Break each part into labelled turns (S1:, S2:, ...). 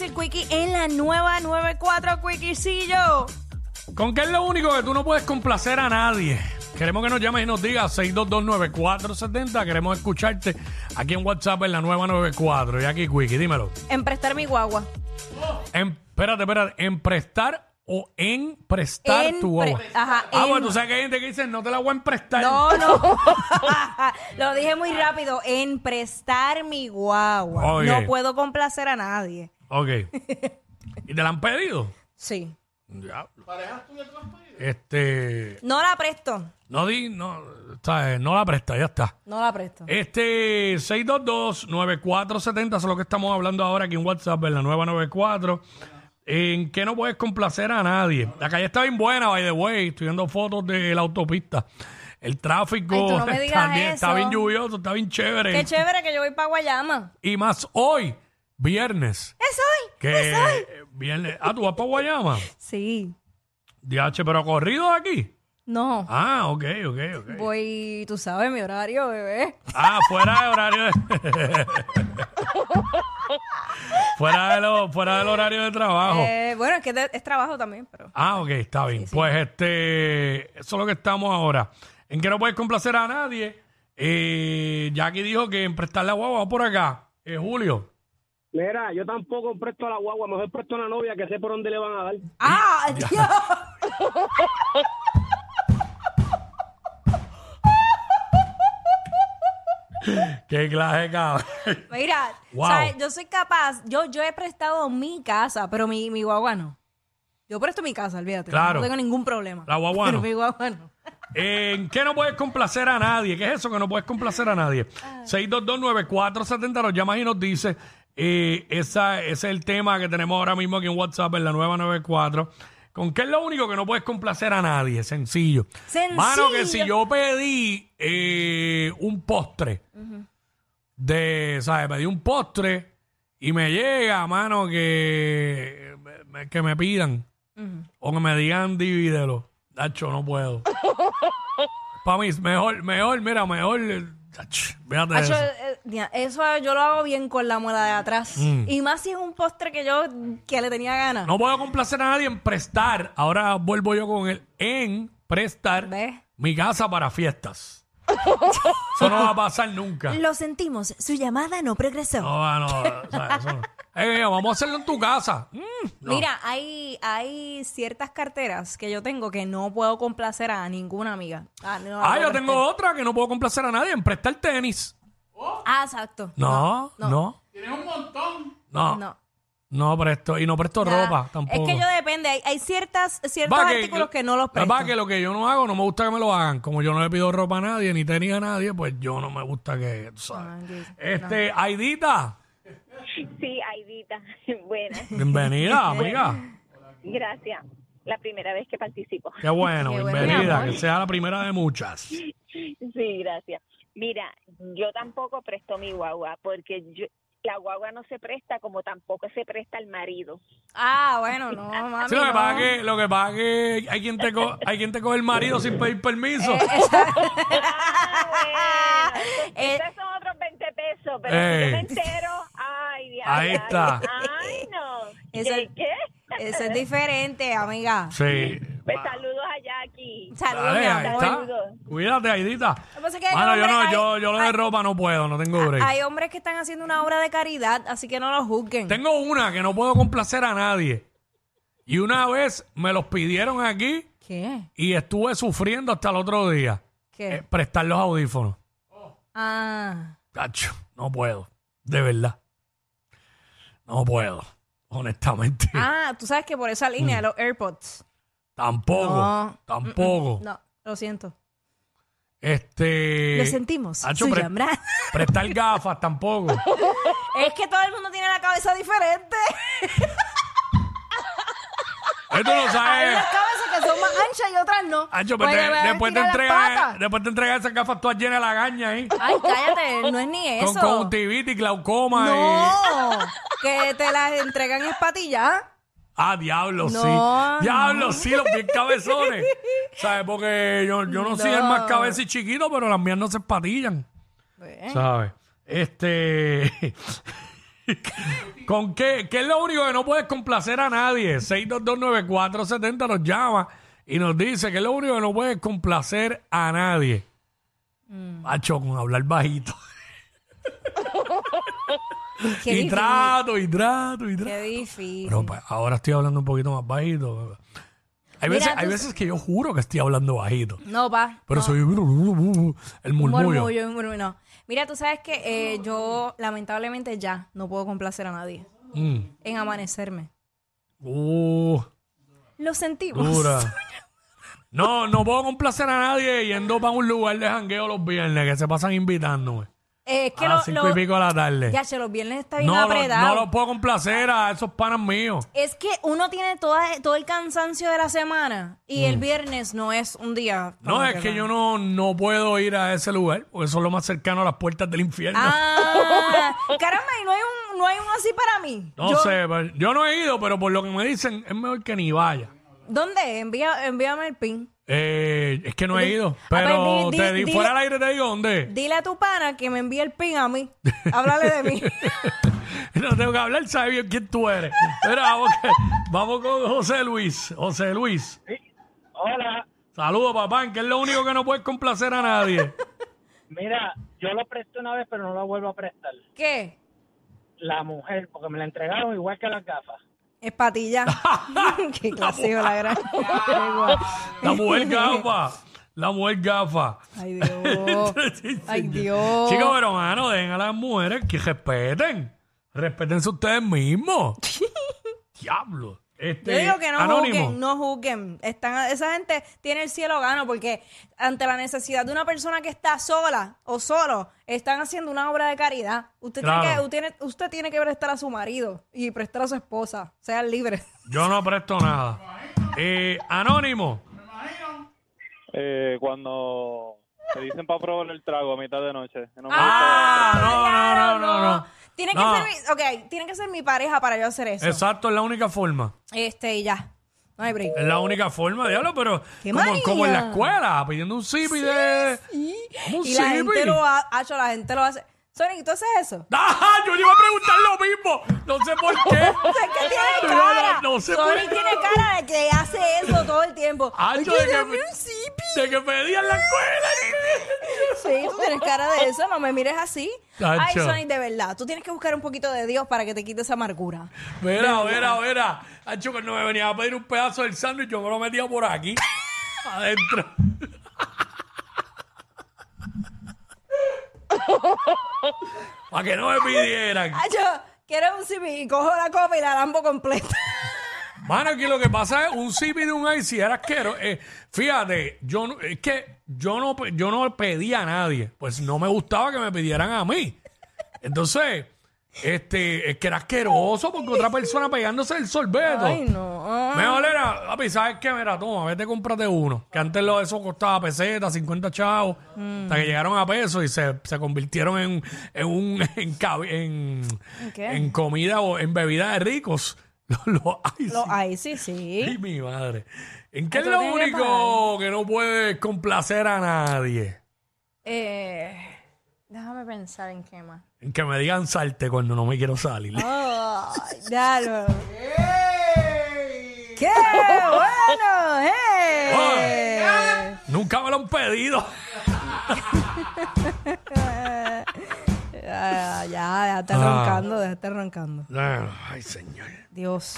S1: El Quickie en la nueva 94 Quickiecillo.
S2: ¿Con qué es lo único que tú no puedes complacer a nadie? Queremos que nos llames y nos digas 6229470. Queremos escucharte aquí en WhatsApp en la nueva 94. Y aquí, Quickie, dímelo.
S1: En prestar mi guagua.
S2: En- espérate, espérate. ¿En prestar o en prestar
S1: En
S2: tu guagua?
S1: pre- ajá,
S2: ah,
S1: en-
S2: bueno, tú sabes que hay gente que dice, no te la voy a prestar.
S1: No, no. Lo dije muy rápido. En prestar mi guagua.
S2: Ok.
S1: No puedo complacer a nadie.
S2: Ok. ¿Y te la han pedido?
S1: Sí.
S2: Diablo. Este.
S1: No la presto.
S2: No di, no, ¿sabes? no la presta, ya está.
S1: No la presto.
S2: Este 622-9470 es lo que estamos hablando ahora aquí en WhatsApp, en la nueva 94. En que no puedes complacer a nadie. La calle está bien buena, by the way. Estoy viendo fotos de la autopista. El tráfico
S1: Ay, tú no me
S2: está,
S1: digas
S2: bien, está
S1: eso.
S2: bien lluvioso, está bien chévere.
S1: Qué chévere que yo voy para Guayama.
S2: y más hoy, viernes.
S1: ¡Es hoy!
S2: Que viernes. Ah, tú vas para Guayama.
S1: Sí.
S2: DH, pero corrido aquí.
S1: No.
S2: Ah, ok, ok, ok.
S1: Voy, tú sabes mi horario, bebé.
S2: Ah, fuera de horario de... fuera, de lo- fuera del horario de trabajo.
S1: Eh, bueno, es que de- es trabajo también, pero.
S2: Ah, ok, está bien. Pues este, eso es lo que estamos ahora. En que no puedes complacer a nadie. Eh, Jackie dijo que en prestar la guagua va por acá. Eh, Julio.
S3: Mira, yo tampoco presto a la guagua, mejor presto a una novia que sé por dónde le van a dar.
S1: ¡Ah! Dios!
S2: Qué clase, cabrón.
S1: Mira,
S2: Wow.
S1: ¿sabes? yo soy capaz, yo, yo he prestado mi casa, pero mi, mi guagua no. Yo presto mi casa, olvídate.
S2: Claro.
S1: No tengo ningún problema.
S2: La guagua
S1: Pero
S2: no.
S1: mi guagua no.
S2: ¿En qué no puedes complacer a nadie? ¿Qué es eso que no puedes complacer a nadie? 6229470 nos llamas y nos dice. eh, esa, ese es el tema que tenemos ahora mismo aquí en WhatsApp, en la nueva 94. ¿Con qué es lo único que no puedes complacer a nadie? Sencillo.
S1: Sencillo.
S2: Mano, que si yo pedí eh, un postre, de, ¿sabes? Pedí un postre y me llega, mano, que, que me pidan. O que me digan divídelo. Nacho, no puedo. Para mí, mejor, mejor, mira, mejor. eh, ach, véate
S1: Hacho,
S2: eso.
S1: eh, mira, eso. yo lo hago bien con la muela de atrás. Y más si es un postre que yo que le tenía ganas.
S2: Mm. No puedo complacer a nadie en prestar. Ahora vuelvo yo con el en prestar
S1: ¿Ves?
S2: mi casa para fiestas. eso no va a pasar nunca.
S1: Lo sentimos, su llamada no progresó.
S2: No, no, o sea, eso no. Eh, vamos a hacerlo en tu casa. Mm, no.
S1: Mira, hay, hay ciertas carteras que yo tengo que no puedo complacer a ninguna amiga. Ah, no,
S2: Ah,
S1: no,
S2: yo
S1: no,
S2: tengo otra que no puedo complacer a nadie en prestar tenis.
S1: Ah, exacto.
S2: No, no. Tienes un montón. No,
S1: No.
S2: no, presto. Y no presto
S1: Nada.
S2: ropa tampoco.
S1: Es que yo depende. Hay, hay ciertas, ciertos
S2: Va
S1: artículos que no los presto.
S2: Va que lo que yo no hago, no me gusta que me lo hagan. Como yo no le pido ropa a nadie, ni tenis a nadie, pues yo no me gusta que, tú
S1: Ah,
S2: sabes.
S1: que-
S2: este, Aidita,
S4: Sí, Aidita. Buenas,
S2: bienvenida, amiga.
S4: gracias. La primera vez que participo.
S2: Qué bueno,
S1: Qué bueno, mi
S2: bienvenida.
S1: amor.
S2: Que sea la primera de muchas.
S4: Sí, gracias. Mira, yo tampoco presto mi guagua porque yo, la guagua no se presta como tampoco se presta el marido.
S1: Ah, bueno, no, mami.
S2: Sí, lo que
S1: no.
S2: pasa es que, lo que, pasa es que hay, quien te co- hay quien te coge el marido sin pedir permiso.
S4: Ah, bueno,
S1: Eh.
S4: esos son otros 20 pesos, pero
S2: Eh.
S4: si yo me entero, ay, Dios.
S2: Ahí está.
S4: Ay, no.
S1: Eso-
S4: ¿Qué? qué?
S1: Eso es diferente, amiga.
S2: Sí.
S4: Pues saludos a Jackie.
S1: Saludos,
S2: Dale,
S1: mi
S2: ahí
S1: amor.
S2: está. Cuídate, Aidita.
S1: que pasa es que hay
S2: Mano, yo
S1: hombres-
S2: no, yo,
S1: hay-
S2: yo lo de
S1: hay-
S2: ropa no puedo, no tengo break.
S1: Hay hombres que están haciendo una obra de caridad, así que no los juzguen.
S2: Tengo una que no puedo complacer a nadie. Y una vez me los pidieron aquí
S1: ¿Qué?
S2: y estuve sufriendo hasta el otro día.
S1: ¿Qué?
S2: Eh, prestar los audífonos.
S1: Ah.
S2: Cacho, no puedo. De verdad. No puedo. Honestamente.
S1: Ah, tú sabes que por esa
S2: Mm.
S1: línea, los AirPods.
S2: Tampoco.
S1: No. Mm,
S2: Tampoco.
S1: No, lo siento.
S2: Este.
S1: lo sentimos.
S2: Hacho,
S1: su
S2: pre-
S1: llamada.
S2: prestar gafas tampoco.
S1: es que todo el mundo tiene la cabeza diferente.
S2: Ay, tú no
S1: Hay
S2: sabes.
S1: unas cabezas que son más anchas y otras no.
S2: Ancho,
S1: Pues
S2: pues
S1: le
S2: te-
S1: voy a
S2: después, te
S1: tirar las
S2: entregan,
S1: patas.
S2: después te entregan esas gafas todas llenas de lagaña ahí.
S1: Ay, cállate, no es ni eso.
S2: Con conjuntivitis, glaucoma y...
S1: no, que te las entregan en patillas.
S2: Ah, diablo,
S1: No,
S2: sí. Diablo, sí, los bien cabezones. ¿Sabes? Porque yo, yo no, soy el más cabeza y chiquito, pero las mías no se espatillan. ¿Sabes? Este. ¿Con qué? ¿Qué es lo único que no puedes complacer a nadie? 6229470 nos llama y nos dice que es lo único que no puedes complacer a nadie.
S1: Mm.
S2: Macho, con hablar bajito.
S1: Qué
S2: Y
S1: difícil.
S2: trato, y trato, y trato.
S1: Qué difícil.
S2: Pero pa- ahora estoy hablando un poquito más bajito. Hay, veces, hay
S1: tú-
S2: veces que yo juro que estoy hablando bajito,
S1: No, va.
S2: pero
S1: no.
S2: soy el murmullo.
S1: murmullo, Ah. un murmullo, no. Mira, tú sabes que eh, yo lamentablemente ya no puedo complacer a nadie
S2: Mm.
S1: en amanecerme.
S2: Uh,
S1: Lo sentimos.
S2: dura. No, no puedo complacer a nadie yendo para un lugar de jangueo los viernes que se pasan invitándome
S1: Eh, es que
S2: a
S1: lo-
S2: las cinco
S1: lo-
S2: y pico de la tarde.
S1: Ya, che, los viernes está bien
S2: No, no,
S1: apretado.
S2: no los puedo complacer a esos panas míos.
S1: Es que uno tiene toda, todo el cansancio de la semana y el viernes no es un día.
S2: Mm. No, es que yo no, no puedo ir a ese lugar porque eso es lo más cercano a las puertas del infierno.
S1: Ah, caramba, y no hay un, no hay uno así para mí.
S2: No
S1: Yo-
S2: sé, pero yo no he ido, pero por lo que me dicen es mejor que ni vaya.
S1: ¿Dónde? Envía, envíame el pin.
S2: Eh, es que no he ido,
S1: pero
S2: pero
S1: Ah, pues, di-
S2: te
S1: di-
S2: di-
S1: di-
S2: fuera al aire te digo dónde.
S1: Dile a tu pana que me envíe el pin a mí. Háblale de mí.
S2: no tengo que hablar, sabe bien quién tú eres. Pero vamos, que- vamos con José Luis. José Luis,
S3: Hola,
S2: saludo papá, que es lo único que no puedes complacer a nadie.
S3: mira, yo lo presté una vez, pero no lo vuelvo a prestar.
S1: ¿Qué?
S3: La mujer, porque me la entregaron igual que las gafas.
S1: Es patilla. Qué clásico la gran. Qué guay.
S2: La mujer gafa, la mujer gafa.
S1: Ay, Dios. Ay, Dios.
S2: Chicos, pero mano, dejen a las mujeres que respeten. Respétense ustedes mismos. Diablo. Este,
S1: Yo digo que no
S2: anónimo.
S1: juzguen, no juzguen. Están, esa gente tiene el cielo gano porque ante la necesidad de una persona que está sola o solo, están haciendo una obra de caridad. Usted, tiene, que,
S2: Claro.
S1: usted, tiene- usted tiene que prestar a su marido y prestar a su esposa. Sean libres.
S2: Yo no presto nada. Eh, anónimo.
S5: Eh, cuando te dicen para probar el trago a mitad de noche. No me
S2: Ah,
S1: Ay,
S2: no,
S1: claro,
S2: no, no, no, no.
S1: Tiene que
S2: No.
S1: ser mi, ok, tiene que ser mi pareja para yo hacer eso.
S2: Exacto, es la única forma.
S1: Este, y ya. No hay break.
S2: Es la única forma, diablo, pero
S1: ¡Qué
S2: como,
S1: manía!
S2: como en la escuela, pidiendo un zipi de... ¿Cómo un
S1: Y la gente
S2: zipi?
S1: lo ha, hacho, la gente lo hace. Sonic, ¿tú haces eso?
S2: ¡Ah! Yo le iba a preguntar lo mismo. No sé por qué.
S1: O sea, que tiene
S2: No,
S1: cara.
S2: no, no sé
S1: Sonic
S2: por-
S1: tiene cara de que hace eso todo el tiempo.
S2: Hacho,
S1: Oye,
S2: de que-
S1: dame un zipi.
S2: De que pedían la escuela.
S1: Sí, tú tienes cara de eso, no me mires así. Ay,
S2: Hacho.
S1: Sonic, de verdad, tú tienes que buscar un poquito de Dios para que te quite esa amargura.
S2: Verá, verá, verá. Hacho, cuando me venía a pedir un pedazo del sándwich, yo me lo metía por aquí. adentro. Para que no me pidieran.
S1: Ay, yo quiero un zipi y cojo la copa y la lambo completa.
S2: Mano, aquí lo que pasa es un sipi de un icy era asquero. Eh, fíjate, yo no- es que yo no, pe- yo no pedía a nadie. Pues no me gustaba que me pidieran a mí. Entonces, este, es que era asqueroso porque otra persona pegándose el sorbeto.
S1: Ay, no.
S2: Mejor era, papi, ¿sabes qué? Mira, toma, vete, cómprate uno. Que antes lo de eso costaba pesetas, 50 chavos. Hasta que llegaron a pesos y se, se convirtieron en, en un en, cabi- en,
S1: qué?
S2: en comida o en bebida de ricos. Los, los icy.
S1: Lo- ay, sí, sí.
S2: Ay, mi madre. ¿En qué es
S1: Eso
S2: lo
S1: tiene que
S2: único que no puedes complacer a nadie?
S1: Eh, déjame pensar en qué más.
S2: En que me digan salte cuando no me quiero salir.
S1: Ah. Ay, dalo. ¡Qué bueno! ¡Eh!
S2: Nunca me lo han pedido.
S1: Ya, ya, déjate
S2: Ah.
S1: roncando, déjate roncando.
S2: Ay, señor.
S1: Dios.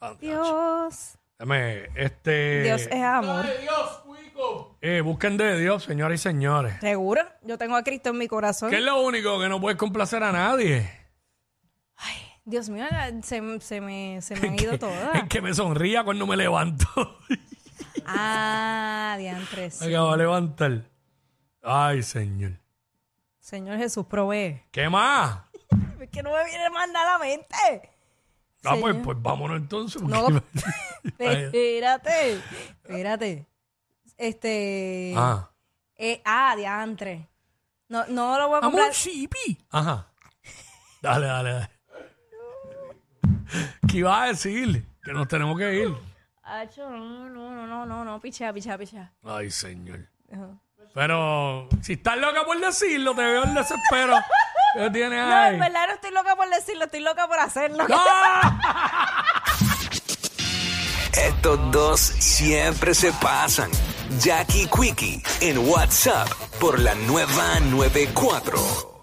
S2: Ah.
S1: Dios.
S2: Dame, este.
S1: Dios es amor.
S2: eh, busquen de Dios, señoras y señores.
S1: ¿Seguro? Yo tengo a Cristo en mi corazón.
S2: ¿Qué es lo único que no puedes complacer a nadie?
S1: Dios mío, la- se, se me, se me han ido todas.
S2: Es que me sonría cuando me levanto.
S1: Ah, diantres.
S2: me acabo de levantar. Ay, señor.
S1: Señor Jesús, provee.
S2: ¿Qué más?
S1: Es que no me viene más nada a la mente.
S2: Ah, pues,
S1: Señor.
S2: pues vámonos entonces.
S1: No.
S2: porque-
S1: Espérate, espérate. Este.
S2: ah,
S1: eh, ah, diantre. No, no lo voy a comprar.
S2: amor, chipi. Ajá. Dale, dale, dale. ¿Qué iba a decir? Que nos tenemos que ir.
S1: Acho, no, no, no, no, no, no, pichea, pichea, pichea.
S2: Ay, señor.
S1: Ajá.
S2: Pero si estás loca por decirlo, te veo en desespero. ¿Qué tienes
S1: No,
S2: ahí?
S1: en verdad no estoy loca por decirlo, estoy loca por hacerlo.
S2: ¡Ah!
S6: Estos dos siempre se pasan. Jackie Quickie en WhatsApp por la nueva 94.